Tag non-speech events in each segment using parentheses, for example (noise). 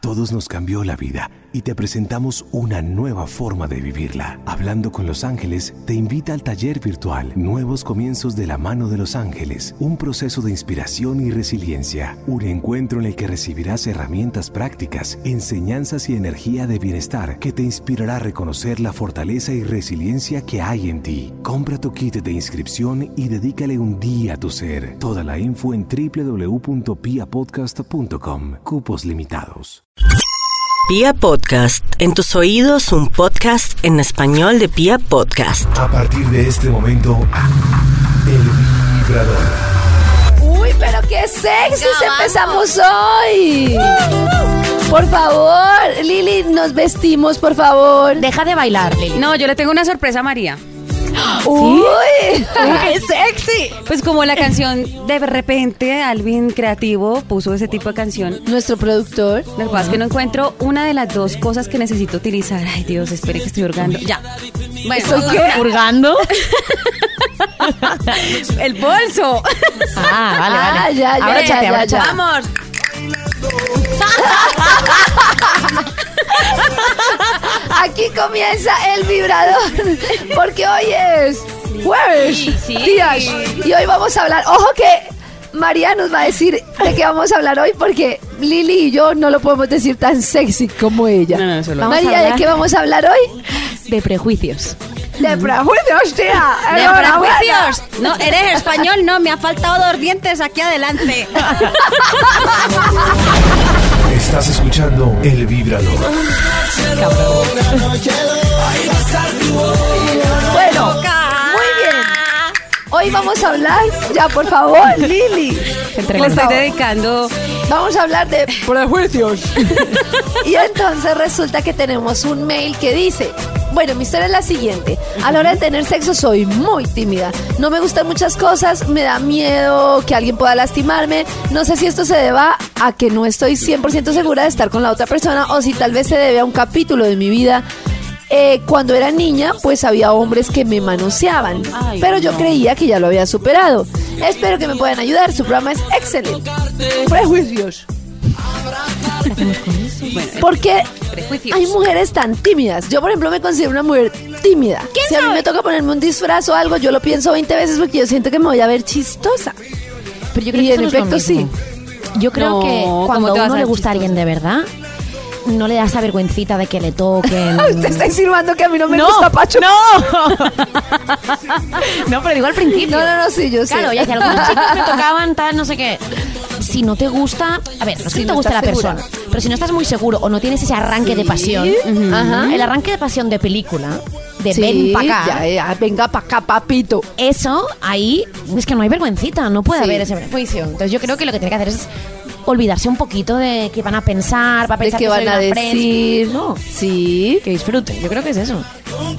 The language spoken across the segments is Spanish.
todos nos cambió la vida y te presentamos una nueva forma de vivirla. Hablando con los ángeles te invita al taller virtual Nuevos Comienzos de la mano de los ángeles, un proceso de inspiración y resiliencia, un encuentro en el que recibirás herramientas prácticas, enseñanzas y energía de bienestar que te inspirará a reconocer la fortaleza y resiliencia que hay en ti. Compra tu kit de inscripción y dedícale un día a tu ser. Toda la info en www.piapodcast.com. Cupos limitados. Pia Podcast, en tus oídos un podcast en español de Pia Podcast. A partir de este momento, el vibrador. Uy, pero qué sexy empezamos hoy. Por favor, Lili, nos vestimos, por favor. Deja de bailar, Lili. No, yo le tengo una sorpresa a María. Uy. (laughs) ¡Qué sexy! Pues como la canción de repente alguien creativo puso ese tipo de canción. Nuestro productor. Lo que pasa es que no encuentro una de las dos cosas que necesito utilizar. Ay Dios, espere que estoy hurgando. Ya. Bueno, (laughs) ¿Purgando? el bolso. Ah, vale, vale. Ah, ya, ya, Abróchate, ya, ya, abróchate. ya. Vamos. Aquí comienza el vibrador. Porque hoy es jueves. Sí, sí. días. Y hoy vamos a hablar. Ojo que María nos va a decir de qué vamos a hablar hoy porque Lili y yo no lo podemos decir tan sexy como ella. No, no, solo- Vamos a María, ¿de hablar- qué vamos a hablar hoy? De prejuicios. De prejuicios, tía. De Enhorabuena. prejuicios. No, eres español, no, me ha faltado dos dientes aquí (laughs) adelante. Estás escuchando El Vibrador. Bueno, muy bien. Hoy vamos a hablar, ya por favor, Lili. Le estoy dedicando Vamos a hablar de prejuicios. (laughs) y entonces resulta que tenemos un mail que dice. Bueno, mi historia es la siguiente. A la hora de tener sexo soy muy tímida. No me gustan muchas cosas, me da miedo que alguien pueda lastimarme. No sé si esto se deba a que no estoy 100% segura de estar con la otra persona o si tal vez se debe a un capítulo de mi vida. Eh, cuando era niña, pues había hombres que me manoseaban, Ay, pero yo no. creía que ya lo había superado. Espero que me puedan ayudar, su programa es excelente. Prejuicios. Porque prejuicios. hay mujeres tan tímidas. Yo, por ejemplo, me considero una mujer tímida. Si a mí me toca ponerme un disfraz o algo, yo lo pienso 20 veces porque yo siento que me voy a ver chistosa. Pero yo Y creo que en eso no efecto, (laughs) es lo mismo. Yo creo No, que ¿cómo cuando te a vas uno a le ver gusta a alguien de verdad, no le da esa vergüencita de que (laughs) le toquen. Ah, Usted está insinuando que a mí no me gusta Pacho. (laughs) no. no, pero digo al principio. No, no, no, sí, yo sé. Claro, ya que algunos chicos me tocaban tal, no sé qué. Si no te gusta, a ver, no es Si que no no te guste la estás segura. persona, pero si no estás muy seguro o no tienes ese arranque de pasión, Ujú. Ajá. el arranque de pasión de película, de Sí, ven para acá, ya, ya, venga para acá, papito. eso ahí es que no hay vergüencita, no puede Sí. haber ese prejuicio. Entonces yo creo que lo que tiene que hacer es olvidarse un poquito de qué van a pensar, va a ¿De pensar qué que soy van a una fresca. decir? No, Sí. que disfruten, yo creo que es eso.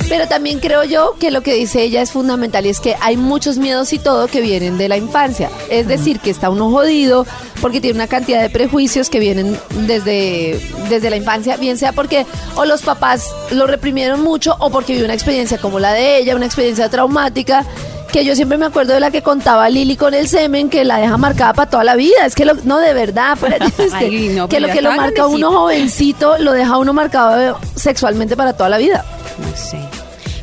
Pero también creo yo que lo que dice ella es fundamental y es que hay muchos miedos y todo que vienen de la infancia. Es decir, que está uno jodido porque tiene una cantidad de prejuicios que vienen desde, desde la infancia, bien sea porque o los papás lo reprimieron mucho o porque vivió una experiencia como la de ella, una experiencia traumática. Que yo siempre me acuerdo de la que contaba Lili con el semen, que la deja marcada para toda la vida. Es que lo, no, de verdad, fuera (laughs) de chiste, (laughs) Ay, no, que pero lo ya que lo estaba marca uno grandecita. jovencito, lo deja uno marcado sexualmente para toda la vida. No sé.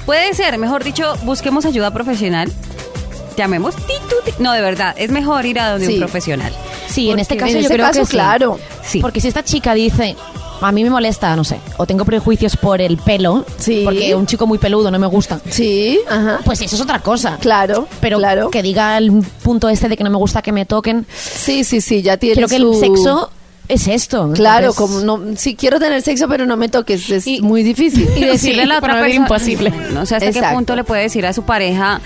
Puede ser, mejor dicho, busquemos ayuda profesional. Llamemos ti, tu, ti. No, de verdad, es mejor ir a donde Sí. un profesional. Sí, en Porque este caso en yo ese creo caso, que sí. claro. Sí. Porque si esta chica dice, a mí me molesta, no sé, o tengo prejuicios por el pelo, Sí. porque un chico muy peludo no me gusta, Sí, ajá. pues eso es otra cosa. Claro, Pero claro. que diga el punto este de que no me gusta que me toquen, Sí, sí, sí, ya tiene creo que el su- sexo es esto. Claro, entonces- como no, sí quiero tener sexo, pero no me toques, es Y- muy difícil. (laughs) Y decirle a la otra pero es persona. imposible. No sé hasta Exacto. qué punto le puede decir a su pareja.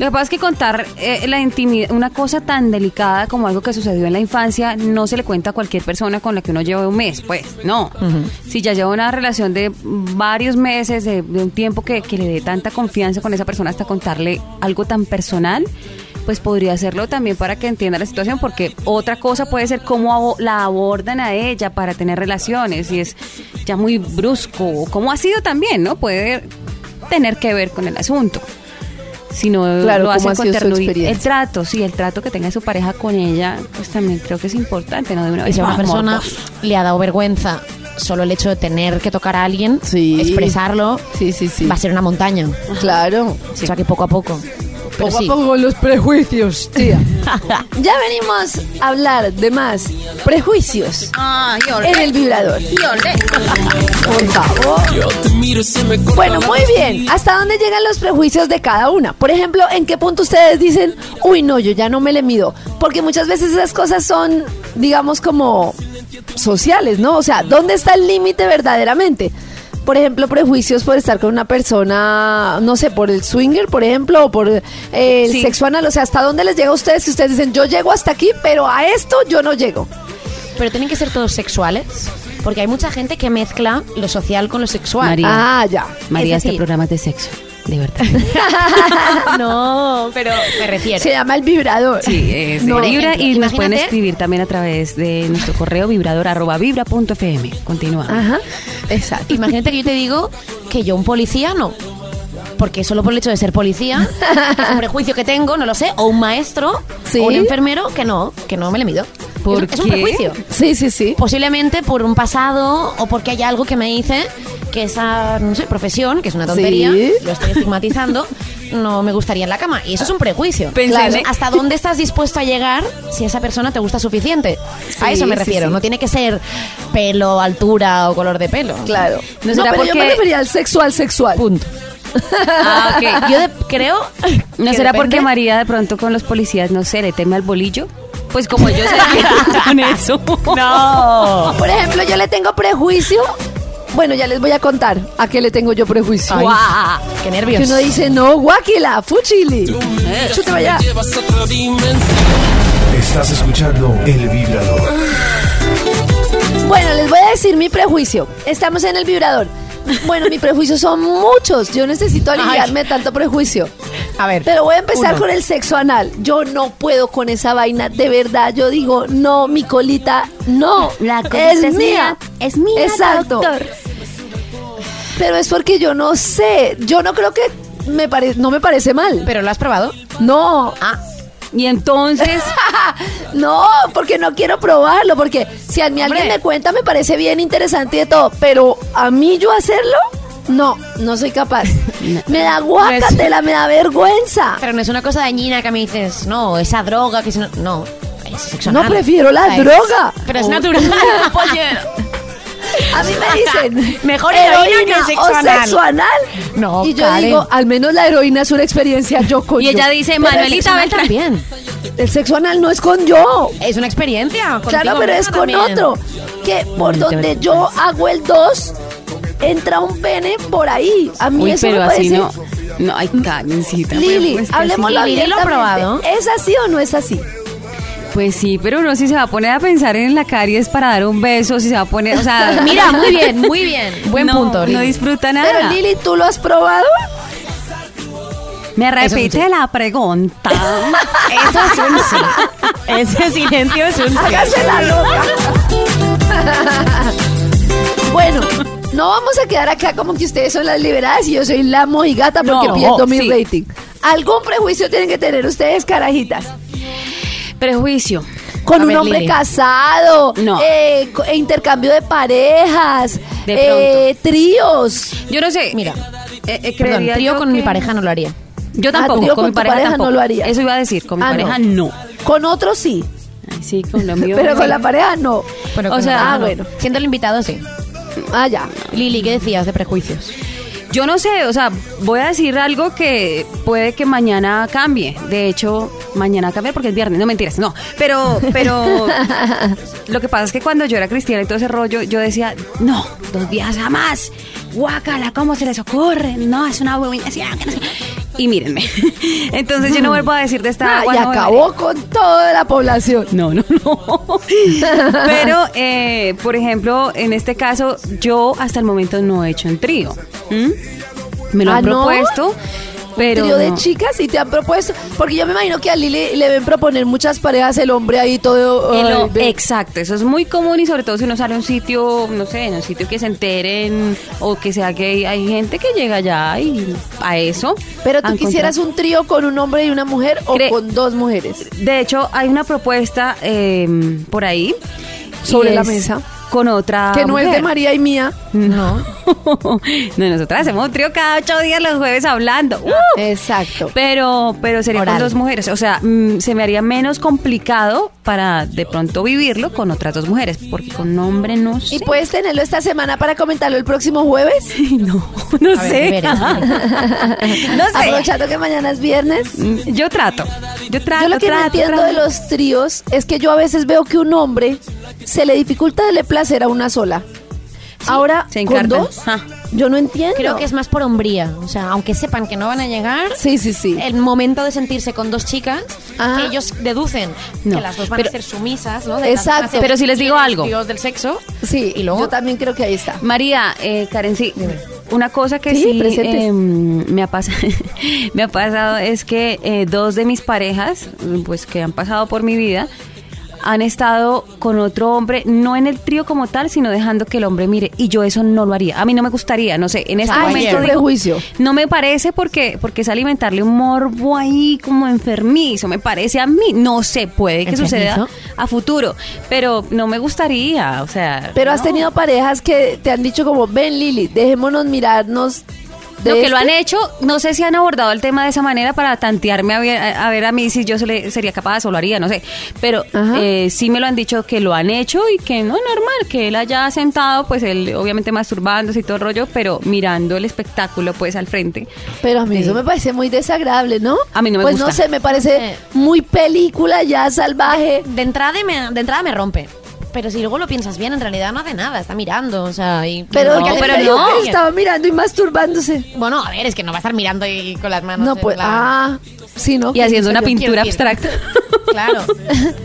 Lo que pasa es que contar eh, la intimidad, una cosa tan delicada como algo que sucedió en la infancia, no se le cuenta a cualquier persona con la que uno lleve un mes, pues, no. Si ya lleva una relación de varios meses, de, de un tiempo que, que le dé tanta confianza con esa persona hasta contarle algo tan personal, pues podría hacerlo también para que entienda la situación, porque otra cosa puede ser cómo abo- la abordan a ella para tener relaciones, y es ya muy brusco, o cómo ha sido también, ¿no? Puede tener que ver con el asunto. sino Claro, lo ¿cómo hacen ha con sido su ternura. El experiencia? trato, sí, el trato que tenga su pareja con ella, pues también creo que es importante, ¿no? De una Y vez si a una vamos, persona vamos. le ha dado vergüenza solo el hecho de tener que tocar a alguien, Sí. expresarlo, Sí, sí, sí. va a ser una montaña. Claro. O sea que poco a poco. Pero sí. los prejuicios, tía. (laughs) ya venimos a hablar de más prejuicios en el vibrador. Por favor. Bueno, muy bien. ¿Hasta dónde llegan los prejuicios de cada una? Por ejemplo, ¿en qué punto ustedes dicen, uy, no, yo ya no me le mido? Porque muchas veces esas cosas son, digamos, como sociales, ¿no? O sea, ¿dónde está el límite verdaderamente? Por ejemplo, prejuicios por estar con una persona, no sé, por el swinger, por ejemplo, o por eh, el Sí. sexo anal. O sea, ¿hasta dónde les llega a ustedes si ustedes dicen, yo llego hasta aquí, pero a esto yo no llego? Pero tienen que ser todos sexuales. Porque hay mucha gente que mezcla lo social con lo sexual. María. Ah, ya. María, Es este decir- programa es de sexo, de verdad. (laughs) no, pero me refiero. Se llama el vibrador. (laughs) Sí, es de No, Vibra ejemplo, y nos imagínate- pueden escribir también a través de nuestro correo vibrador arroba vibra.fm. Continuamos. Ajá, exacto. Imagínate que yo te digo que yo un policía no. Porque solo por el hecho de (laughs) ser policía, es un prejuicio que tengo, no lo sé, o un maestro, Sí. o un enfermero, que no, que no me le mido. Es ¿Por un- es, un qué? prejuicio. Sí, sí, sí. Posiblemente por un pasado o porque hay algo que me dice que esa no sé, profesión, que es una tontería, Sí. lo estoy estigmatizando, no me gustaría en la cama. Y eso es un prejuicio. Pensé Claro. en- ¿Hasta dónde estás dispuesto a llegar si esa persona te gusta suficiente? a eso me sí, refiero. sí. No tiene que ser pelo, altura o color de pelo. Claro. ¿No será pero yo porque- me refería al sexual sexual. Punto. Ah, (laughs) ok. Yo de- (laughs) creo. ¿No que será depende- porque María de pronto con los policías, no sé, le teme al bolillo? Pues como (laughs) ellos se con eso. No. Por ejemplo, yo le tengo prejuicio. Bueno, ya les voy a contar a qué le tengo yo prejuicio. Ay, Guau. ¡Qué Que nervios! uno dice, no, guáquila, fuchili. Chúteme allá. Estás escuchando El Vibrador. Bueno, les voy a decir mi prejuicio. Estamos en el vibrador. Bueno, mis prejuicios son muchos. Yo necesito aliviarme de tanto prejuicio. A ver. Pero voy a empezar uno. con el sexo anal. Yo no puedo con esa vaina. De verdad, yo digo, no, mi colita, no. La colita es mía, es mía, Exacto. doctor. Pero es porque yo no sé. Yo no creo que me pare- no me parece mal. ¿Pero lo has probado? no. Ah. Y entonces, (laughs) no, porque no quiero probarlo. Porque si a mí alguien Hombre. me cuenta, me parece bien interesante y de todo. Pero a mí yo hacerlo, no, no soy (laughs) capaz. me da guácatela, me da vergüenza. Pero no es una cosa dañina que me dices, no, esa droga que es. una- No. Es sexo No anal. prefiero la O sea, es- droga. Oh. Pero es (laughs) natural. (laughs) A (laughs) mí me dicen Mejor heroína que sexo o anal. sexo anal. No, y yo Karen. digo, al menos la heroína es una experiencia yo con y yo. ella dice, Pero el Manuelita, sexo ven anal también. Bien. El sexo anal no es con yo. Es una experiencia. Claro, contigo pero misma es con también. otro. Que por Manuelita, donde ven. yo hago el 2, entra un pene por ahí. A mí (laughs) Uy, eso pero me así parece- no. No, ay, Karencita. Lili, pues, pues, hablemoslo Lili, bien. ¿lo ha probado? ¿Es así o no es así? Pues sí, pero uno sí se va a poner a pensar en la caries para dar un beso, si se va a poner, o sea, (laughs) Mira, (laughs) muy bien, (laughs) muy bien. Buen no, punto. No Lili. disfruta nada. Pero Lili, ¿tú lo has probado? Me Eso repite es un la pregunta. Eso es un sí. Ese silencio es un sí. Hágase la loca. bueno, no vamos a quedar acá como que ustedes son las liberadas y yo soy la mojigata porque No, pierdo mi sí. rating. Algún prejuicio tienen que tener ustedes, carajitas. (laughs) Prejuicio. Con A un ver, hombre Lili. casado, No. eh, co- e intercambio de parejas, De eh, tríos. Yo no sé. Mira, eh, eh, Perdón, creería trío yo con que- mi pareja no lo haría. Yo Ah, tampoco, trío con, mi tu pareja, pareja no tampoco. lo haría. Eso iba a decir, con mi Ah, pareja no. Con otro sí, Ay, sí, (laughs) con lo mío. pero no. con la pareja no. Bueno, O con sea, mi pareja ah, no. bueno. Siendo el invitado, sí. Ah, ya. Lili, ¿qué decías de prejuicios? Yo no sé, o sea, voy a decir algo que puede que mañana cambie. De hecho, mañana cambia porque es viernes, no mentiras, no. Pero, pero lo que pasa es que cuando yo era cristiana y todo ese rollo, yo decía, no, dos días jamás. Guácala, ¿cómo se les ocurre? No, es una abominación. que no sé qué". Y mírenme. (laughs) Entonces yo no vuelvo a decir de esta Ah, agua. y no beberé. acabó con toda la población. No, no, (laughs) no. Pero, eh, por ejemplo, en este caso, yo hasta el momento no he hecho un trío. ¿m? Me lo ¿Ah, han no? propuesto. Pero trío de no. chicas y te han propuesto. Porque yo me imagino que a Lili le ven proponer muchas parejas el hombre ahí todo. Y lo- ay, ve- exacto, eso es muy común y sobre todo si uno sale a un sitio, no sé, en un sitio que se enteren o que sea gay, hay gente que llega allá y a eso. Pero a tú encontrar- quisieras un trío con un hombre y una mujer o Cre- con dos mujeres. De hecho, hay una propuesta eh, por ahí. y Sobre la es mesa. Con otra que no es de Ah, mujer. María y mía. (laughs) No. no, nosotras hacemos un trío cada ocho días los jueves hablando. ¡Uh! Exacto. Pero, pero sería Oral. con dos mujeres. O sea, mm, se me haría menos complicado para de pronto vivirlo con otras dos mujeres, porque con hombre no sé. ¿Y pues- puedes tenerlo esta semana para comentarlo el próximo jueves? (laughs) no, no A ver, sé. veres, (laughs) no sé. Aprovechando que mañana es viernes. Mm, Yo trato. Yo trato, Yo lo que no trato, entiendo trato. de los tríos es que yo a veces veo que un hombre se le dificulta darle placer a una sola. Ahora, se con encartan. dos, Ah. yo no entiendo. Creo que es más por hombría. O sea, aunque sepan que no van a llegar, Sí, Ah. sí, sí. el momento de sentirse con dos chicas, Ajá. que ellos deducen No, que las dos van pero- a ser sumisas, ¿no? De las dos van a Exacto. ser Pero si les digo algo. Dios del sexo. Sí, Y luego- yo también creo que ahí está. María, eh, Karen, sí, una cosa que Sí, sí, presentes. eh, me, ha pasado, (laughs) me ha pasado es que eh, dos de mis parejas, pues que han pasado por mi vida, han estado con otro hombre, no en el trío como tal, sino dejando que el hombre mire. Y yo eso no lo haría. A mí no me gustaría, no sé, en este Ay, momento... qué digo, prejuicio. no me parece porque, porque es alimentarle un morbo ahí como enfermizo, me parece a mí. No sé, puede que suceda ¿Enfermizo? a futuro, pero no me gustaría, o sea... Pero has no. tenido parejas que te han dicho como, ven Lili, dejémonos mirarnos. De lo que lo este". han hecho, no sé si han abordado el tema de esa manera para tantearme a ver a, a ver a mí si yo se le- sería capaz o lo haría, no sé. Pero Ajá. eh, sí me lo han dicho que lo han hecho y que no, normal, que él haya sentado, pues él obviamente masturbándose y todo el rollo, pero mirando el espectáculo pues al frente. Pero a mí eso me parece muy desagradable, ¿no? A mí no me pues no gusta. Eh. sé, me parece muy película ya salvaje. De entrada me, de entrada me rompe. Pero si luego lo piensas bien, en realidad no hace nada, está mirando, o sea, y... Pero, No, ¿qué te pero digo? no. Que Estaba mirando y masturbándose. Bueno, a ver, es que no va a estar mirando y con las manos... No, en pues, la- ah, sí, ¿no? Y haciendo una Quiero pintura decir- abstracta. (laughs) (laughs) Claro.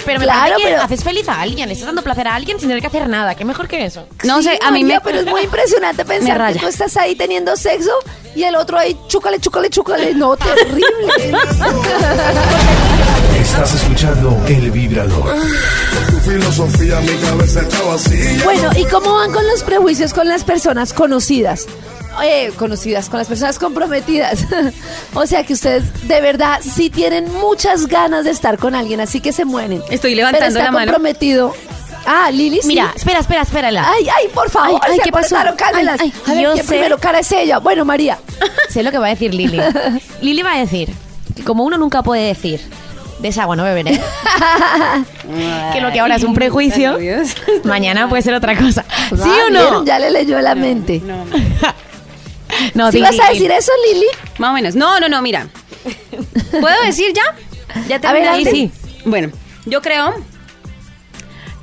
Pero me Claro, parece que pero- haces feliz a alguien, le estás dando placer a alguien sin tener que hacer nada. ¿Qué mejor que eso? No Sí, sé, a mí María, me... Pero es muy (laughs) impresionante pensar que raya. tú estás ahí teniendo sexo y el otro ahí, chúcale, chúcale, chúcale. (laughs) No, terrible. Estás escuchando El Vibrador. Tu filosofía, mi cabeza está vacía. bueno, ¿y cómo van con los prejuicios con las personas conocidas? Eh, conocidas, con las personas comprometidas. (laughs) o sea que ustedes de verdad sí tienen muchas ganas de estar con alguien, así que se mueren. Estoy levantando Pero está la mano. comprometido. Ah, Lili, sí. Mira, espera, espera, espera. Ela. Ay, ay, por favor, Ay, ay, se ¿qué pasó? portaron, cálmelas. Ay, ay, a ver, yo ¿quién sé. primero cara es ella? Bueno, María. Sé lo que va a (laughs) decir Lili. Lili va a decir que como uno nunca puede decir desagua (laughs) no beberé, que lo que ahora es un prejuicio, (laughs) mañana puede ser otra cosa. (laughs) ¿Sí Ah, o no? vieron, Ya le leyó la mente. (laughs) No, ¿Sí Lili, vas a Lili. decir eso, Lili? Más o menos. No, no, (laughs) no, mira. ¿Puedo decir ya? Ya A ver, terminaste? sí. Bueno, yo creo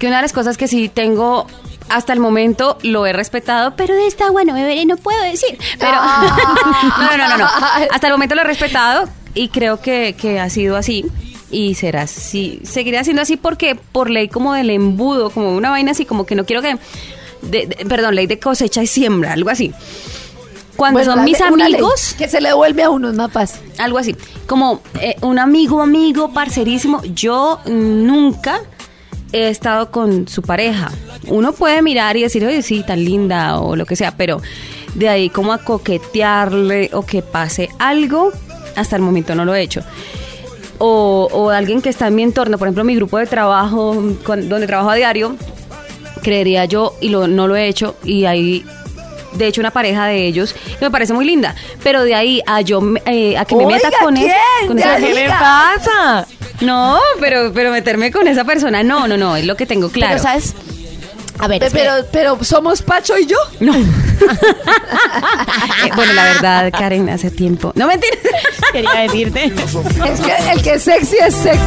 que una de las cosas que sí tengo hasta el momento lo he respetado, pero de esta bueno, beberé no puedo decir. Pero Ah. (laughs) no, no, (laughs) no, no, no. Hasta el momento lo he respetado y creo que, que ha sido así. Y será así, seguirá siendo así porque por ley como del embudo, como una vaina así, como que no quiero que, de- de- perdón, ley de cosecha y siembra, algo así. Cuando Bueno, son la- mis una ley amigos, Que se le devuelve a uno, es más fácil. algo así. Como eh, un amigo, amigo, parcerísimo. Yo nunca he estado con su pareja. Uno puede mirar y decir, oye, sí, tan linda o lo que sea, pero de ahí como a coquetearle o que pase algo, hasta el momento no lo he hecho. O, o alguien que está en mi entorno, por ejemplo, mi grupo de trabajo, con- donde trabajo a diario, creería yo, y lo, no lo he hecho, y hay, de hecho, una pareja de ellos que me parece muy linda, pero de ahí a yo, me- eh, a que me meta Oiga, con ¿quién? esa- con ¿De esa- ahí? ¿Qué le pasa? No, pero, pero meterme con esa persona, no, no, no, es lo que tengo claro. Pero, ¿sabes? A ver, Pe- es que- Pero, pero somos Pacho y yo. no. Eh, (laughs) bueno, la verdad, Karen, hace tiempo. No mentira. quería (laughs) decirte. Es que el que es sexy es sexy.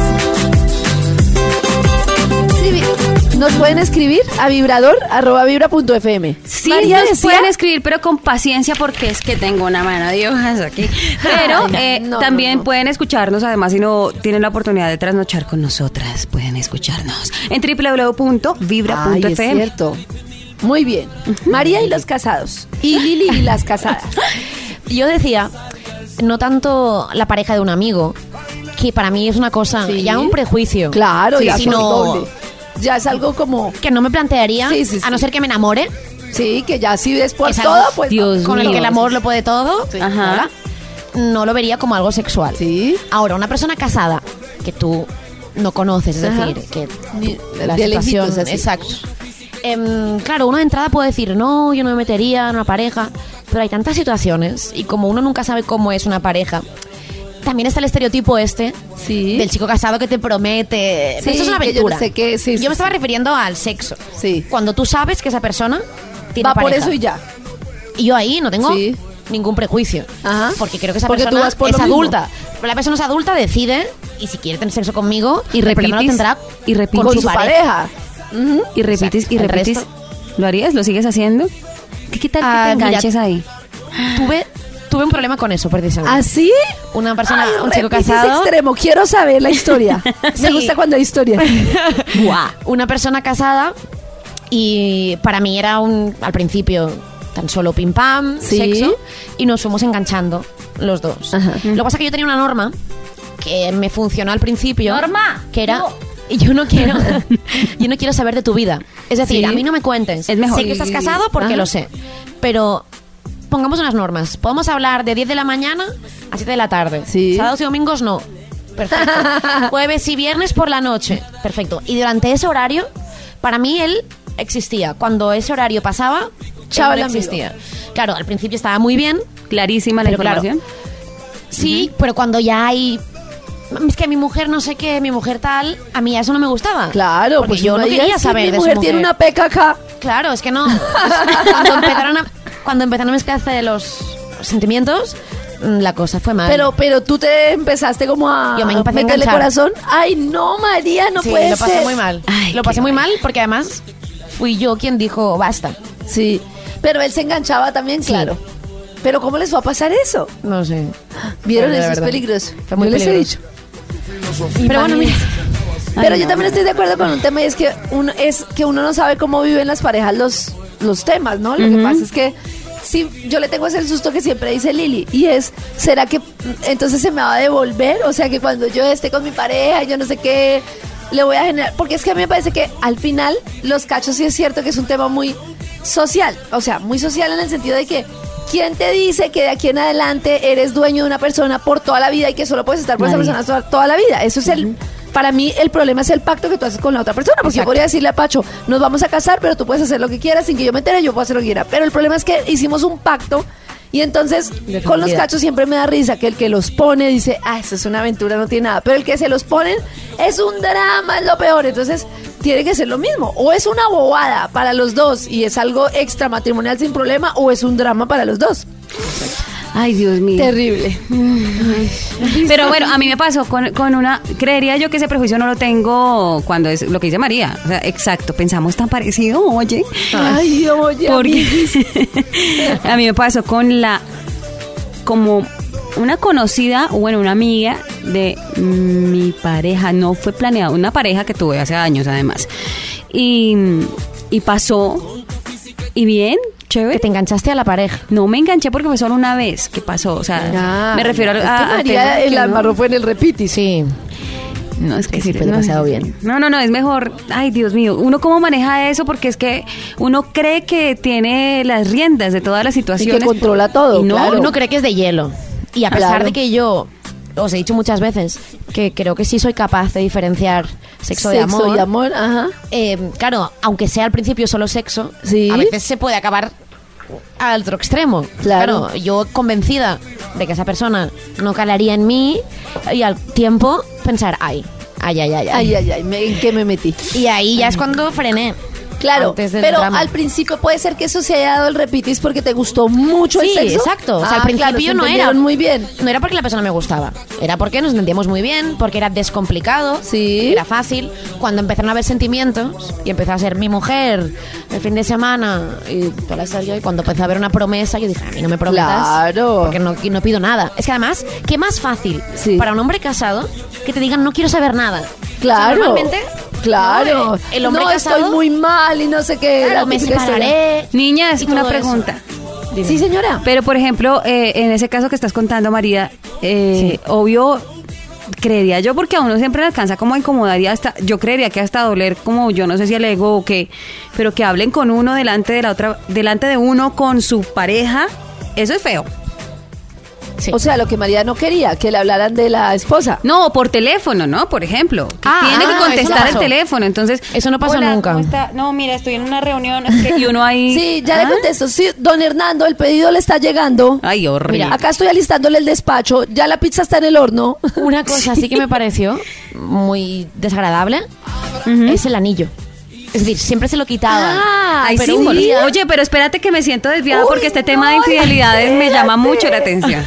Escribi- Nos pueden escribir a vibrador arroba vibra punto fm. Sí, María nos decía- pueden escribir, pero con paciencia porque es que tengo una mano de hojas aquí. Pero eh, no, no, también no. pueden escucharnos, además, si no tienen la oportunidad de trasnochar con nosotras, pueden escucharnos en Ay, es www.vibra.fm. cierto. Muy bien. María y los casados. Y Lili y las casadas. Yo decía no tanto la pareja de un amigo, que para mí es una cosa, Sí. ya un prejuicio. Claro, Sí, ya si son no- doble. Ya es algo como. Que no me plantearía, Sí, sí, a no sí. ser que me enamore, Sí, que ya si ves por Es algo- todo, pues. Dios con el mío. que el amor lo puede todo, Sí. Ajá. ¿verdad? no lo vería como algo sexual. Sí. Ahora, una persona casada que tú no conoces, es Ajá. decir, que Ni- la de lejitos, situación, así. exacto. Em, claro, uno de entrada puede decir, no, yo no me metería en una pareja, pero hay tantas situaciones y como uno nunca sabe cómo es una pareja, también está el estereotipo este Sí. del chico casado que te promete. Sí, Eso es una que yo no aventura. sé qué, sí, Yo sí, me estaba sí. refiriendo al sexo. Sí. Cuando tú sabes que esa persona tiene Va por pareja. eso y ya. Y yo ahí no tengo Sí. ningún prejuicio. Ajá. Porque creo que esa Porque tú persona vas por es lo mismo. adulta. Pero la persona es adulta, decide, y si quiere tener sexo conmigo, Y el problema lo repites, tendrá y repites. Con su su pareja. Ujú. Y repites, y Exacto. El repites. resto- ¿Lo harías? ¿Lo sigues haciendo? ¿Qué, qué tal Ah, que te mira. enganches ahí? Tuve, tuve un problema con eso, precisamente. ¿Así? Una persona, Ay, un chico Ah, repites este casado. extremo. Quiero saber la (laughs) historia. Sí. Me gusta cuando hay historia. (laughs) Una persona casada y para mí era un al principio tan solo pim pam, Sí. sexo y nos fuimos enganchando los dos. Ajá. Lo que pasa es que yo tenía una norma que me funcionó al principio. Norma, que era no. (laughs) yo no quiero (laughs) yo no quiero saber de tu vida. Es decir, Sí. a mí no me cuentes. Es mejor. Sé que estás Sí. casado porque Ajá. lo sé. Pero pongamos unas normas. Podemos hablar de 10 de la mañana a 7 de la tarde. Sí. Sábados y domingos no. (laughs) Perfecto. Jueves y viernes por la noche. Perfecto. Y durante ese horario, para mí él existía. Cuando ese horario pasaba, Chao, él el no amigo. existía. Claro, al principio estaba muy bien. Clarísima la Pero claro. información. Sí, pero cuando ya hay... Es que mi mujer no sé qué, mi mujer tal, a mí ya eso no me gustaba. Claro, Porque pues yo uno no diría, quería "Sí, saber Mi de su mujer tiene una peca acá. Claro, es (laughs) que no. Cuando empezaron a, cuando empezaron a mezclarse los sentimientos, mm, la cosa fue mal. Pero, pero tú te empezaste como a Yo me empecé a meterle enganchar. corazón. Ay, no, María, no Sí, puede lo pasé ser. muy mal. Ay, lo qué pasé muy mal porque además fui yo quien dijo basta. Sí, pero él se enganchaba también, Sí. claro. Pero ¿cómo les va a pasar eso? No sé. ¿Vieron? Bueno, de eso es verdad. peligroso. Fue muy Yo les he peligroso. dicho. Pero bueno, mira. Pero yo también estoy de acuerdo con un tema y es que uno, es que uno no sabe cómo viven las parejas los, los temas, ¿no? Lo que pasa es que sí, yo le tengo ese susto que siempre dice Lili y es, ¿será que mm, entonces se me va a devolver? O sea, que cuando yo esté con mi pareja, yo no sé qué, le voy a generar... Porque es que a mí me parece que al final los cachos sí es cierto que es un tema muy social, o sea, muy social en el sentido de que... ¿Quién te dice que de aquí en adelante eres dueño de una persona por toda la vida y que solo puedes estar con esa Nadie. persona toda, toda la vida. Eso es el. Para mí, el problema es el pacto que tú haces con la otra persona. Porque yo Exacto. podría decirle a Pacho, nos vamos a casar, pero tú puedes hacer lo que quieras sin que yo me entere, yo puedo hacer lo que quiera. Pero el problema es que hicimos un pacto. Y entonces, con los cachos siempre me da risa que el que los pone dice, ah, eso es una aventura, no tiene nada. Pero el que se los ponen es un drama, es lo peor. Entonces, tiene que ser lo mismo. O es una bobada para los dos y es algo extramatrimonial sin problema, o es un drama para los dos. Ay, Dios mío. Terrible. Pero bueno, a mí me pasó con, con una. Creería yo que ese prejuicio no lo tengo cuando es lo que dice María. O sea, exacto, pensamos tan parecido, oye. (laughs) Ay, oye. Porque a mí me pasó con la. Como una conocida, o bueno, una amiga de mi pareja. No fue planeado, una pareja que tuve hace años además. Y, y pasó. Y bien, chévere. Que te enganchaste a la pareja. No me enganché porque fue solo una vez que pasó. O sea, me refiero a, Es que a- a temas María que el no- amarro fue en el repiti. Sí. No, es que Sí, sí, fue Este, no, demasiado es- bien. No, no, no, es mejor. Ay, Dios mío. ¿Uno cómo maneja eso? Porque es que uno cree que tiene las riendas de todas las situaciones. controla todo, Y no, claro. uno Uno cree que es de hielo. Y a pesar Claro. de que yo os he dicho muchas veces que creo que sí soy capaz de diferenciar sexo, de amor. y amor, ajá. eh, claro, aunque sea al principio solo sexo, Sí. a veces se puede acabar al otro extremo. Claro. yo convencida de que esa persona no calaría en mí y al tiempo pensar, ay, ay, ay, ay, ay. Ay, ay, ay, me- ¿en qué me metí? Y ahí ya es cuando frené. Claro, Antes del pero drama. al principio puede ser que eso se haya dado el repitis porque te gustó mucho el Sí, sexo. exacto. O sea, Ah, al principio claro, se no era. entendieron muy bien. No era porque la persona me gustaba. Era porque nos entendíamos muy bien, porque era descomplicado. Sí. Era fácil. Cuando empezaron a haber sentimientos y empezó a ser mi mujer el fin de semana y toda la historia, y cuando empezó a haber una promesa, yo dije, a mí no me prometas. Claro. Porque no, y no pido nada. Es que además, ¿qué más fácil Sí. para un hombre casado que te digan no quiero saber nada? Claro. O sea, normalmente. Claro. ¿no? El hombre no, casado. estoy muy mal y no sé qué. Claro, la me típica historia. separaré. Niñas, y una todo eso. pregunta. Sí, señora. Pero, por ejemplo, eh, en ese caso que estás contando, María, eh, obvio, creería yo, porque a uno siempre le alcanza como a incomodar y hasta, yo creería que hasta doler, como yo no sé si el ego o qué, pero que hablen con uno delante de la otra, delante de uno con su pareja, eso es feo. Sí. O sea, lo que María no quería, que le hablaran de la esposa. No, por teléfono, ¿no? Por ejemplo. que Ah, tiene que ah, eso no contestar el pasó. teléfono. Entonces. Eso no pasó "Hola, nunca. ¿cómo está? No, mira, estoy en una reunión. es que- Y uno ahí. Sí, ya "Ah". le contesto. Sí, don Hernando, el pedido le está llegando. Ay, horrible. Mira, acá estoy alistándole el despacho. Ya la pizza está en el (laughs) horno. Una cosa así que me pareció muy desagradable es el anillo. Es decir, siempre se lo quitaban. Ay, pero sí, un día- Oye, pero espérate que me siento desviada Uy, porque este tema de no, infidelidades me llama espérate. mucho la atención.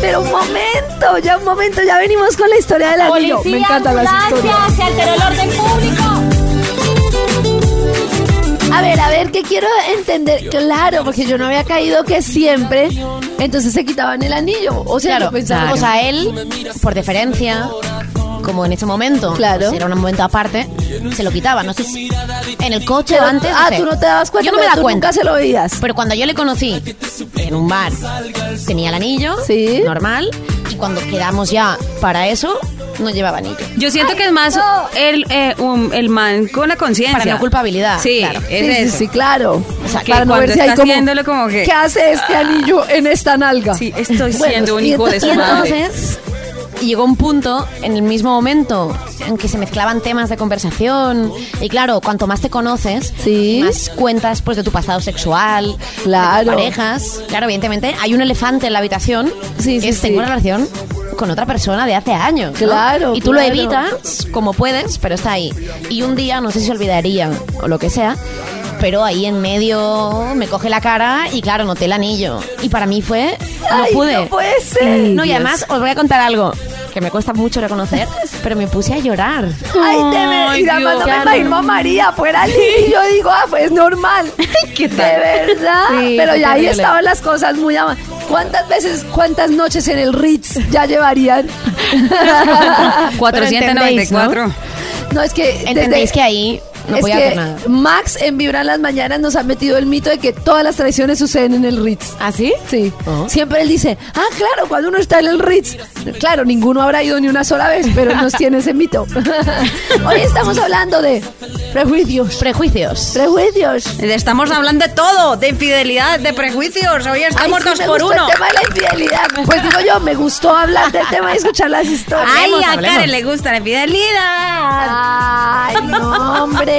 Pero un momento, ya un momento, ya venimos con la historia del anillo. Me encantan las historias. se alteró el orden público. A ver, a ver, que quiero entender. Claro, porque yo no había caído que siempre, entonces se quitaban el anillo. O sea, Claro, lo pensaba. o sea, él, por deferencia, como en ese momento, Claro. pues, era un momento aparte, se lo quitaba. No sé si en el coche Pero- o antes. ah, sé. tú no te dabas cuenta. Yo no me pero da tú cuenta. Nunca se lo veías. Pero cuando yo le conocí en un bar, tenía el anillo, Sí. normal, y cuando quedamos ya para eso, no llevaba anillo. Yo siento que es más el, eh, un- el man con la conciencia. Para no culpabilidad. Sí, claro. es sí, sí, eso. sí, claro. O sea, que Para no cuando verse ahí estás como, viéndolo como que- ¿Qué hace este Ah. anillo en esta nalga? Sí, estoy Bueno, siendo un y hijo de entonces- su Y madre. entonces llegó un punto en el mismo momento en que se mezclaban temas de conversación y claro, cuanto más te conoces, Sí. más cuentas pues de tu pasado sexual, de Claro. tus parejas. Claro, evidentemente hay un elefante en la habitación Sí, sí, que es, tengo sí. una relación con otra persona de hace años. ¿no? Claro, Y tú claro. lo evitas como puedes, pero está ahí. Y un día, no sé si se olvidaría o lo que sea, pero ahí en medio me coge la cara y claro, noté el anillo. Y para mí fue, no Ay, pude. No puede ser. No, y además os voy a contar algo que me cuesta mucho reconocer, (laughs) pero me puse a llorar. Ay, de ver- y además no me claro. imagino a María fuera allí. Y yo digo, ah, pues (laughs) normal. ¿Qué tal? De verdad. Sí, Pero fue ya ahí terrible. estaban las cosas muy amables. ¿Cuántas veces, cuántas noches en el Ritz ya llevarían? (laughs) 494. no, es que. desde- Entendéis que ahí no es podía que hacer nada. Max en Vibra en las Mañanas nos ha metido el mito de que todas las traiciones suceden en el Ritz. ¿Ah, sí? Sí, Oh. siempre él dice, ah, claro, cuando uno está en el Ritz. Claro, ninguno habrá ido ni una sola vez, pero nos tiene ese mito. (laughs) Hoy estamos hablando de prejuicios. Prejuicios. Prejuicios. Estamos hablando de todo, de infidelidad, de prejuicios. Hoy estamos Ay, sí, dos me por gustó uno. El tema de la infidelidad. Pues digo yo, me gustó hablar del tema y escuchar las historias. Ay, Hablemos, a hablemos. Karen le gusta la infidelidad. Ay, no, hombre.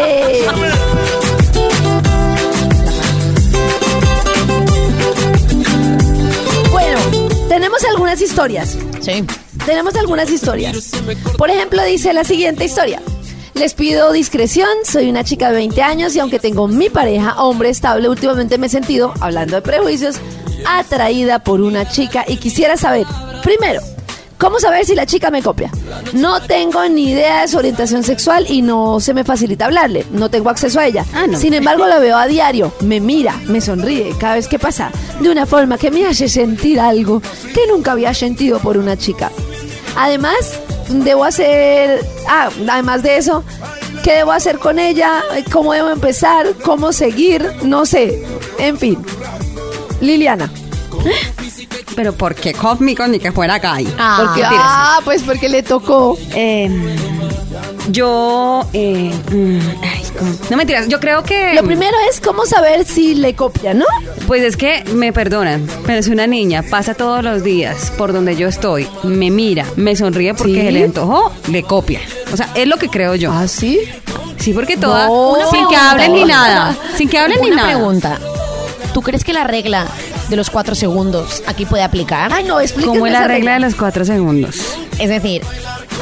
Bueno, tenemos algunas historias. Sí. Tenemos algunas historias. Por ejemplo, dice la siguiente historia. Les pido discreción, soy una chica de 20 años y aunque tengo mi pareja, hombre estable, últimamente me he sentido, hablando de prejuicios, atraída por una chica y quisiera saber, primero, ¿cómo saber si la chica me copia? No tengo ni idea de su orientación sexual y no se me facilita hablarle, no tengo acceso a ella. Ah, no. Sin embargo, la veo a diario, me mira, me sonríe cada vez que pasa, de una forma que me hace sentir algo que nunca había sentido por una chica. Además, debo hacer, ah, además de eso, ¿qué debo hacer con ella? ¿Cómo debo empezar? ¿Cómo seguir? No sé, en fin. Liliana. Pero ¿por qué conmigo ni que fuera gay? Ah, Porque- ah, pues porque le tocó. Eh, yo. eh, mm, ay, ¿cómo? no mentiras, yo creo que. Lo primero es cómo saber si le copia, ¿no? Pues es que me perdonan, pero es una niña, pasa todos los días por donde yo estoy, me mira, me sonríe porque ¿Sí? se le antojó, le copia. O sea, es lo que creo yo. Ah, sí. Sí, porque toda. No. Una Oh. sin que pregunta. hablen ni nada. Sin que hablen ni una nada. pregunta. ¿Tú crees que la regla de los cuatro segundos aquí puede aplicar? Ay, Ah, no, explíqueme Como es la esa regla de los cuatro segundos. Es decir,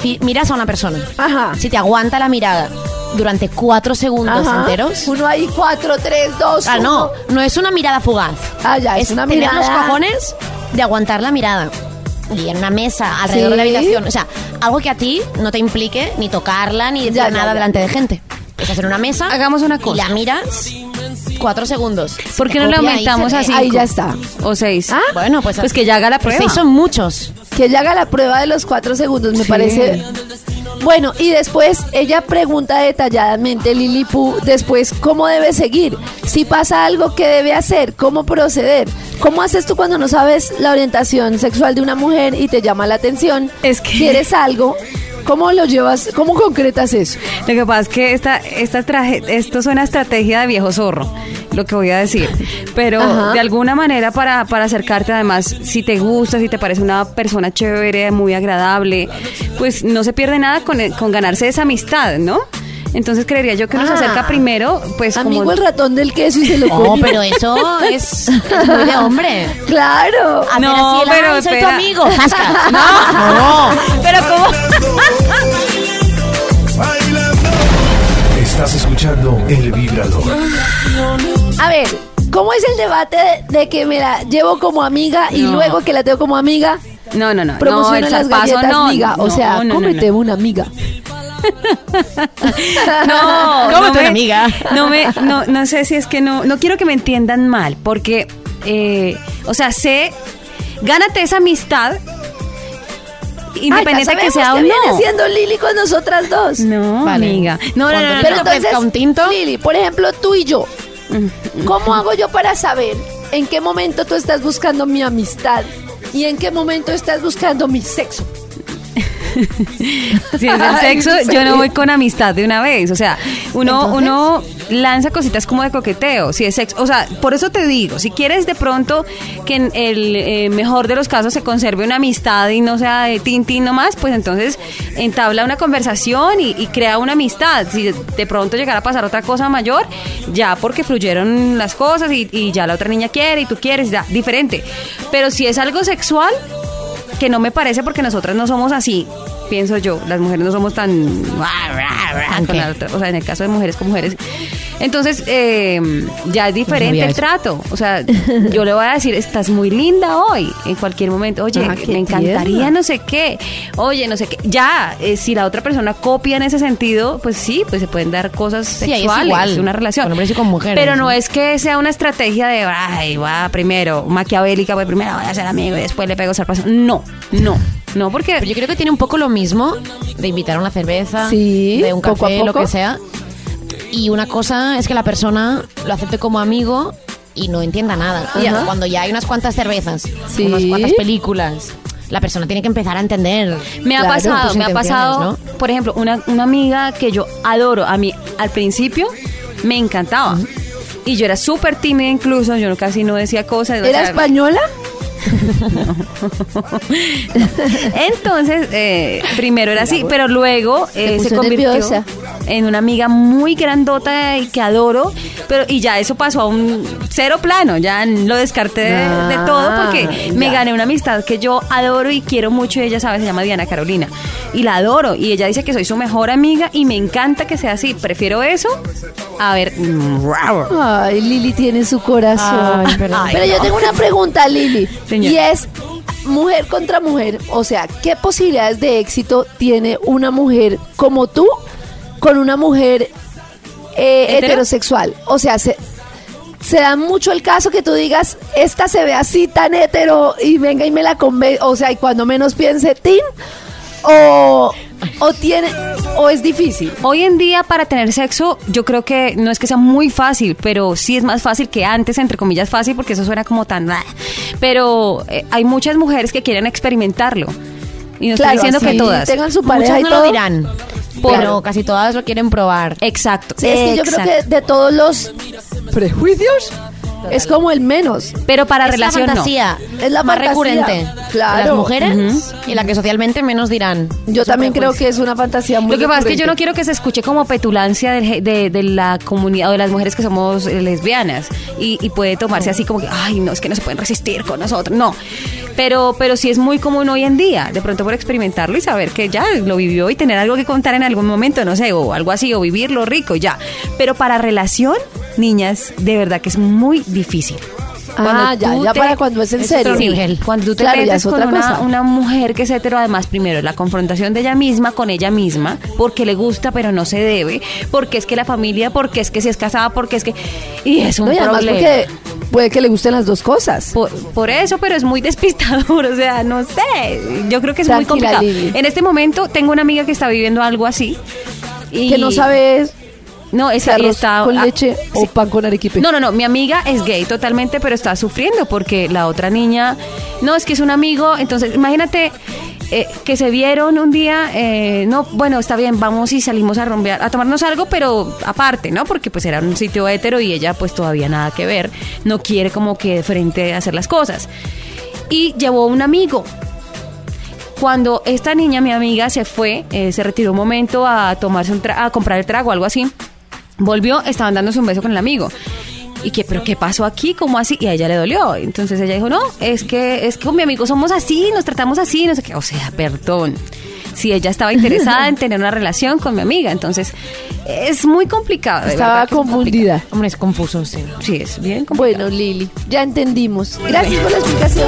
fi- miras a una persona. Ah. Ajá. Si te aguanta la mirada durante cuatro segundos Ajá. enteros. Uno ahí, cuatro, tres, dos. Ah, no, uno. no es una mirada fugaz. Ah, ya, es, una tener mirada. los cojones de aguantar la mirada. Y en una mesa, Sí. alrededor de la habitación. O sea, algo que a ti no te implique ni tocarla ni decir Ya, ya, nada ya. delante de gente. Estás en una mesa. Ah. Hagamos una cosa. Y la miras cuatro segundos. ¿Por Te qué no le copia y aumentamos se a ve. cinco? Ahí ya está. O seis. Ah, Bueno, pues, Pues que ya haga la pues prueba. seis (laughs) son muchos. Que ella haga la prueba de los cuatro segundos, me parece. Bueno, y después ella pregunta detalladamente, Lili Pu, después cómo debe seguir, si pasa algo, qué debe hacer, cómo proceder. ¿Cómo haces tú cuando no sabes la orientación sexual de una mujer y te llama la atención? Es que- quieres algo. ¿Cómo lo llevas? ¿Cómo concretas eso? Lo que pasa es que esta, esta traje, esto es una estrategia de viejo zorro, lo que voy a decir. Pero Ajá. de alguna manera para, para acercarte, además, si te gusta, si te parece una persona chévere, muy agradable, pues no se pierde nada con, con ganarse esa amistad, ¿no? Entonces creería yo que uno se Ah. acerca primero, pues Amigo como... el ratón del queso y se lo No, come. Oh, pero eso es, es muy de hombre. (laughs) Claro. A ver, No, así, el, pero "Ay, soy tu espera. (laughs) amigo. Zasca. No, no. Pero como... Bailando. Estás escuchando El Vibrador. A ver, ¿cómo es el debate de, de que me la llevo como amiga y luego que la tengo como amiga? No, no, no. no, Promociona el las zarpazo, galletas no, miga. O no, sea, no, no, cómete no. una amiga. (laughs) No, Cómete no una me- amiga. (laughs) No, me, no, no sé si es que no, no quiero que me entiendan mal, porque, eh, o sea, sé, gánate esa amistad, independiente Ay, ya que sabemos sea o que viene no. siendo Lili con nosotras dos. No, Vale. amiga. No, no, Cuando no, no, te Pero no. ofrezca entonces, un tinto. Lili, por ejemplo, tú y yo, Mm. ¿cómo hago yo para saber en qué momento tú estás buscando mi amistad y en qué momento estás buscando mi sexo? Si es el Ay, sexo, sí. yo no voy con amistad de una vez. O sea, uno, uno lanza cositas como de coqueteo, si es sexo. O sea, por eso te digo, si quieres de pronto que en el eh, mejor de los casos se conserve una amistad y no sea de tintín nomás, pues entonces entabla una conversación y, y crea una amistad. Si de pronto llegara a pasar otra cosa mayor, ya porque fluyeron las cosas y, y ya la otra niña quiere y tú quieres, ya, diferente. Pero si es algo sexual, que no me parece porque nosotras no somos así, pienso yo. Las mujeres no somos tan... ¿Tan con qué? la otra- O sea, en el caso de mujeres con mujeres. Entonces, eh, ya es diferente sabía el eso. trato. O (laughs) sea, yo le voy a decir, estás muy linda hoy, en cualquier momento. Oye, Ah, qué me encantaría tierna. no sé qué. Oye, no sé qué. Ya, eh, si la otra persona copia en ese sentido, pues sí, pues se pueden dar cosas Sí, ahí es sexuales, igual, una relación. con hombres y con mujeres, Pero no ¿no? es es que sea una estrategia de, ay, va primero, maquiavélica, voy primero, voy a ser amigo y después le pego zarpazo. No, no, no, porque. Pero yo creo que tiene un poco lo mismo de invitar a una cerveza, Sí, de un café, poco a lo poco. que sea. Y una cosa es que la persona lo acepte como amigo y no entienda nada. Y Ajá. cuando ya hay unas cuantas cervezas, Sí. unas cuantas películas, la persona tiene que empezar a entender. me ha claro, pasado, tus me ha intenciones, pasado, ¿no? por ejemplo, una, una amiga que yo adoro, a mí al principio me encantaba. Y yo era súper tímida incluso, yo casi no decía cosas. o ¿Era sea, española? Entonces, eh, primero era así, pero luego eh, puso se convirtió nerviosa. en una amiga muy grandota y que adoro, pero y ya eso pasó a un cero plano, ya lo descarté de, de todo porque me Ah, ya. gané una amistad que yo adoro y quiero mucho y ella sabe, se llama Diana Carolina y la adoro y ella dice que soy su mejor amiga y me encanta que sea así, prefiero eso a ver Ay, Lili tiene su corazón. Ay, perdón. Pero yo tengo una pregunta, Lili. Señora. Y es mujer contra mujer. O sea, ¿qué posibilidades de éxito tiene una mujer como tú con una mujer eh, ¿Hetero? heterosexual? O sea, se, se da mucho el caso que tú digas, esta se ve así tan hetero y venga y me la convence. O sea, y cuando menos piense, Tin. O, o tiene o es difícil. Hoy en día para tener sexo yo creo que no es que sea muy fácil, pero sí es más fácil que antes, entre comillas fácil, porque eso suena como tan... "Ah". Pero eh, hay muchas mujeres que quieren experimentarlo. Y no Claro, estoy diciendo así que todas. tengan su pareja Muchas y no todo. lo dirán, Claro. pero casi todas lo quieren probar. Exacto. Sí, es que yo creo exacto. que de todos los prejuicios es como el menos. Pero para es la relación no. fantasía Es la más fantasía, recurrente claro. de las mujeres y la que socialmente menos dirán. Yo Eso también creo prejuicio. que es una fantasía muy Lo que pasa es que yo no recurrente. quiero que se escuche como petulancia del ge- de, de la comunidad o de las mujeres que somos eh, lesbianas y, y puede tomarse así como que, ay, no, es que no se pueden resistir con nosotros. No, pero, pero sí es muy común hoy en día, de pronto por experimentarlo y saber que ya lo vivió y tener algo que contar en algún momento, no sé, o algo así, o vivirlo rico, ya. Pero para relación, niñas, de verdad que es muy difícil. Ah, ya, tú ya para cuando es en otro serio. nivel. Cuando tú te Claro, ya metes es con otra una, cosa. una mujer que es hetero, además, primero, la confrontación de ella misma con ella misma, porque le gusta, pero no se debe, porque es que la familia, porque es que si es casada, porque es que. Y es un No, y además problema. porque puede que le gusten las dos cosas. Por, por eso, pero es muy despistador, (laughs) o sea, no sé. Yo creo que es muy Tranquila, complicado. Lili. En este momento tengo una amiga que está viviendo algo así. Y Que no sabe No, Ese esa y arroz está con ah, leche o sí. pan con arequipe. No, no, no, mi amiga es gay totalmente, pero está sufriendo porque la otra niña, no, es que es un amigo, entonces imagínate eh, que se vieron un día, eh, no, bueno, está bien, vamos y salimos a rompear, a tomarnos algo, pero aparte, ¿no? Porque pues era un sitio hetero y ella pues todavía nada que ver, no quiere como que de frente hacer las cosas. Y llevó un amigo, cuando esta niña, mi amiga, se fue, eh, se retiró un momento a tomarse un tra- a comprar el trago, algo así. Volvió, estaban dándose un beso con el amigo. Y que, pero ¿qué pasó aquí? ¿Cómo así? Y a ella le dolió. Entonces ella dijo, no, es que, es que con mi amigo somos así, nos tratamos así, no sé qué. O sea, perdón. Si ella (laughs) estaba interesada en tener una relación con mi amiga. Entonces, es muy complicado. de Estaba verdad que es muy confundida. Hombre, es confuso, sí. complicado. Sí, es bien complicado. Bueno, Lili, ya entendimos. Gracias por la explicación.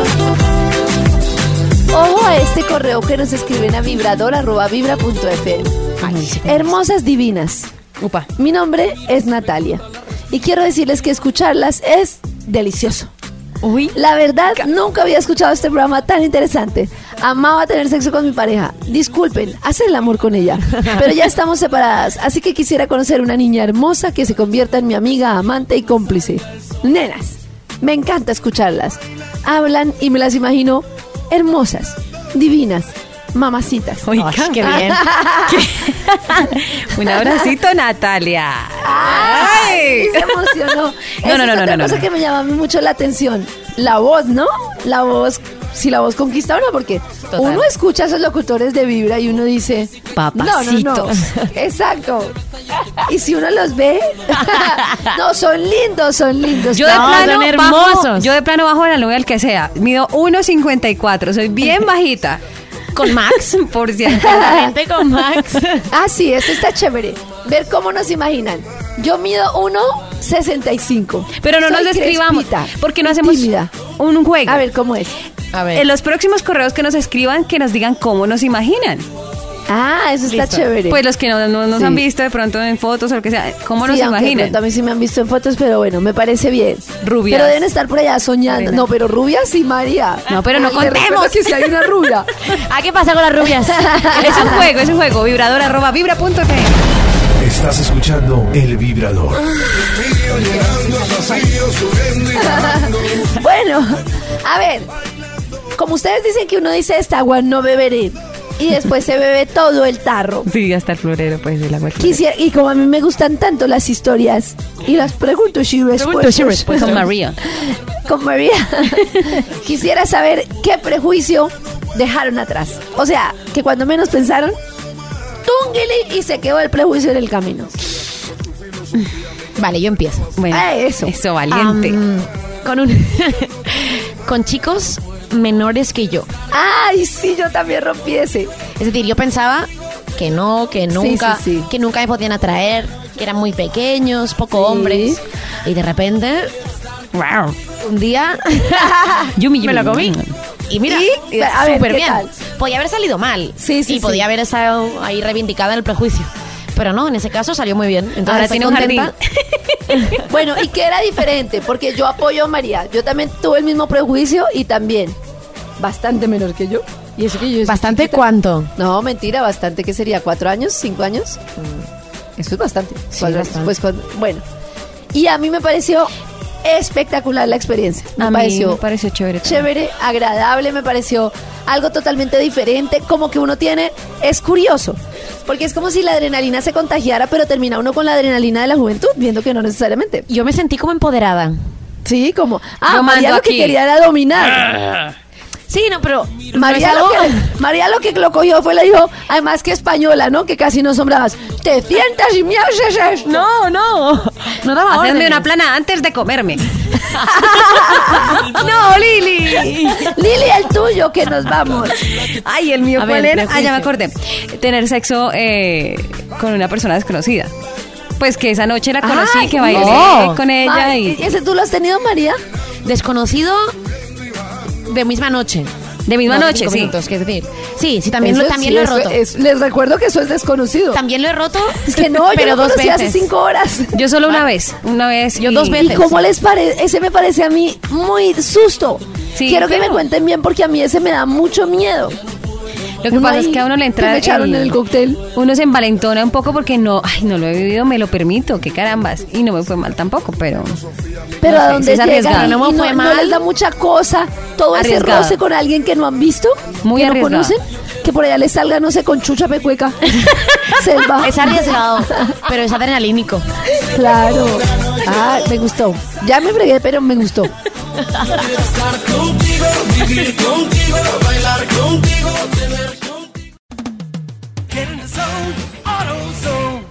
Ojo a este correo que nos escriben a vibrador.vibra.fm. Hermosas divinas. Upa. Mi nombre es Natalia. Y quiero decirles que escucharlas es delicioso. Uy. La verdad, nunca había escuchado este programa tan interesante. Amaba tener sexo con mi pareja. Disculpen, hacer el amor con ella. Pero ya estamos separadas, así que quisiera conocer una niña hermosa que se convierta en mi amiga, amante y cómplice. Nenas, me encanta escucharlas. Hablan y me las imagino hermosas, divinas, mamacitas. Ay, (laughs) qué (laughs) bien. Un abracito, Natalia. ¡Ay! Se emocionó. (laughs) No, Esa no, no, es no, otra no, cosa no. que me llama a mí mucho la atención. La voz, ¿no? La voz, si la voz conquista o no, porque Total. uno escucha a esos locutores de Vibra y uno dice... No, no, no. Papacitos. (laughs) Exacto. Y si uno los ve... (laughs) no, son lindos, son lindos. Yo de No, plano son bajo, hermosos. yo de plano bajo de la nube al que sea. Mido 1.54, (laughs) soy bien bajita. Con Max. Por cierto. Gente con Max. Ah, sí, esto está chévere. Ver cómo nos imaginan. Yo mido 1,65. Pero no Soy nos describamos, crespita, porque no hacemos tímida. un juego. A ver, ¿cómo es? A En los próximos correos que nos escriban, que nos digan cómo nos imaginan. Ah, eso está chévere. Pues los que no, no nos Sí. han visto de pronto en fotos o lo que sea, cómo nos Sí, aunque de imaginan. pronto A mí sí me han visto en fotos, pero bueno, me parece bien. Rubias. Pero deben estar por allá soñando. Morena. No, pero rubias sí, María. No, pero no Ay, te recuerdo contemos. que si hay una (laughs) rubia. ¿A Ah, qué pasa con las (laughs) rubias? Es un juego, es un juego. Vibrador arroba vibra punto F M. Estás escuchando El Vibrador. Mío llegando a pasillo, subiendo y bajando. bueno, a ver. Como ustedes dicen que uno dice esta agua no beberé. Y después se bebe todo el tarro. Sí, hasta el florero, pues, de la muerte. Quisiera, y como a mí me gustan tanto las historias y las preguntas y respuestas. Pues con María. con María. (laughs) Quisiera saber qué prejuicio dejaron atrás. O sea, que cuando menos pensaron, túnguele y se quedó el prejuicio en el camino. Vale, yo empiezo. Bueno, Ah, eso. Eso, valiente. Am, con un. (laughs) con chicos menores que yo. Ay, sí, yo también rompí ese. Es decir, yo pensaba que no, que nunca, sí, sí. que nunca me podían atraer, que eran muy pequeños, poco Sí. hombres. Y de repente, Wow. un día (laughs) Yumi, me lo yumi. comí. Y mira, Y, a ver, súper ¿qué bien. tal? Podía haber salido mal. Sí, sí, Y sí. podía haber estado ahí reivindicada en el prejuicio. Pero no, en ese caso salió muy bien. Entonces Ahora estoy tiene un contenta. Bueno, ¿y qué era diferente? Porque yo apoyo a María. Yo también tuve el mismo prejuicio y también bastante menor que yo. Y eso que yo soy Bastante chiquita. cuánto. No, mentira, bastante. ¿Qué sería? ¿Cuatro años? ¿Cinco años? Mm, Eso es bastante. Sí, Cuatro años. bastante. Pues cuando- bueno. Y a mí me pareció espectacular la experiencia. Me A mí pareció me pareció chévere. también. chévere, agradable, me pareció algo totalmente diferente, como que uno tiene, es curioso, porque es como si la adrenalina se contagiara, pero termina uno con la adrenalina de la juventud, viendo que no necesariamente. Yo me sentí como empoderada. Sí, como, ah, Yo María mando lo que aquí. quería era dominar. Sí, no, pero. María pero lo, es algo- que, María lo que lo cogió fue le dijo, además que española, ¿no? Que casi no sombrabas. Te sientas y me haces esto". (laughs) No, no. No daba Hacerme órdenes. una plana antes de (laughs) comerme. No, Lili. Lili, el tuyo, que nos vamos. Ay, el mío, A ¿cuál ver, era? Ah, ya me prejuicio. acordé. Tener sexo eh, con una persona desconocida. Pues que esa noche la conocí, Ay, que bailé no. eh, con ella Ma- y... ¿Ese tú lo has tenido, María? Desconocido de misma noche. De misma No, noche, cinco sí. minutos, que es decir. Sí, sí, también, lo, Eso- también sí, lo he eso roto. es- les recuerdo que eso es desconocido. También lo he roto. Es que no, pero yo lo dos conocí veces. hace cinco horas. Yo solo una vez, una vez. Ah. Yo y- dos ¿Y veces. cómo les parece? Ese me parece a mí muy susto. Sí, Quiero que claro. me cuenten bien porque a mí ese me da mucho miedo. Lo que Uno pasa es ahí, que a uno le entra que me echaron el cóctel. Uno se envalentona un poco porque no, ay, no lo he vivido, me lo permito, qué carambas. Y no me fue mal tampoco, pero Pero No a sé, donde es arriesgado. llegan y No no, me fue no mal. les da mucha cosa todo Arriesgado. ese roce con alguien que no han visto, Muy que no arriesgado. conocen, que por allá les salga, no sé, con chucha (laughs) pecueca, selva. Es arriesgado, pero es adrenalínico. Claro. Ah, me gustó. Ya me fregué, pero me gustó.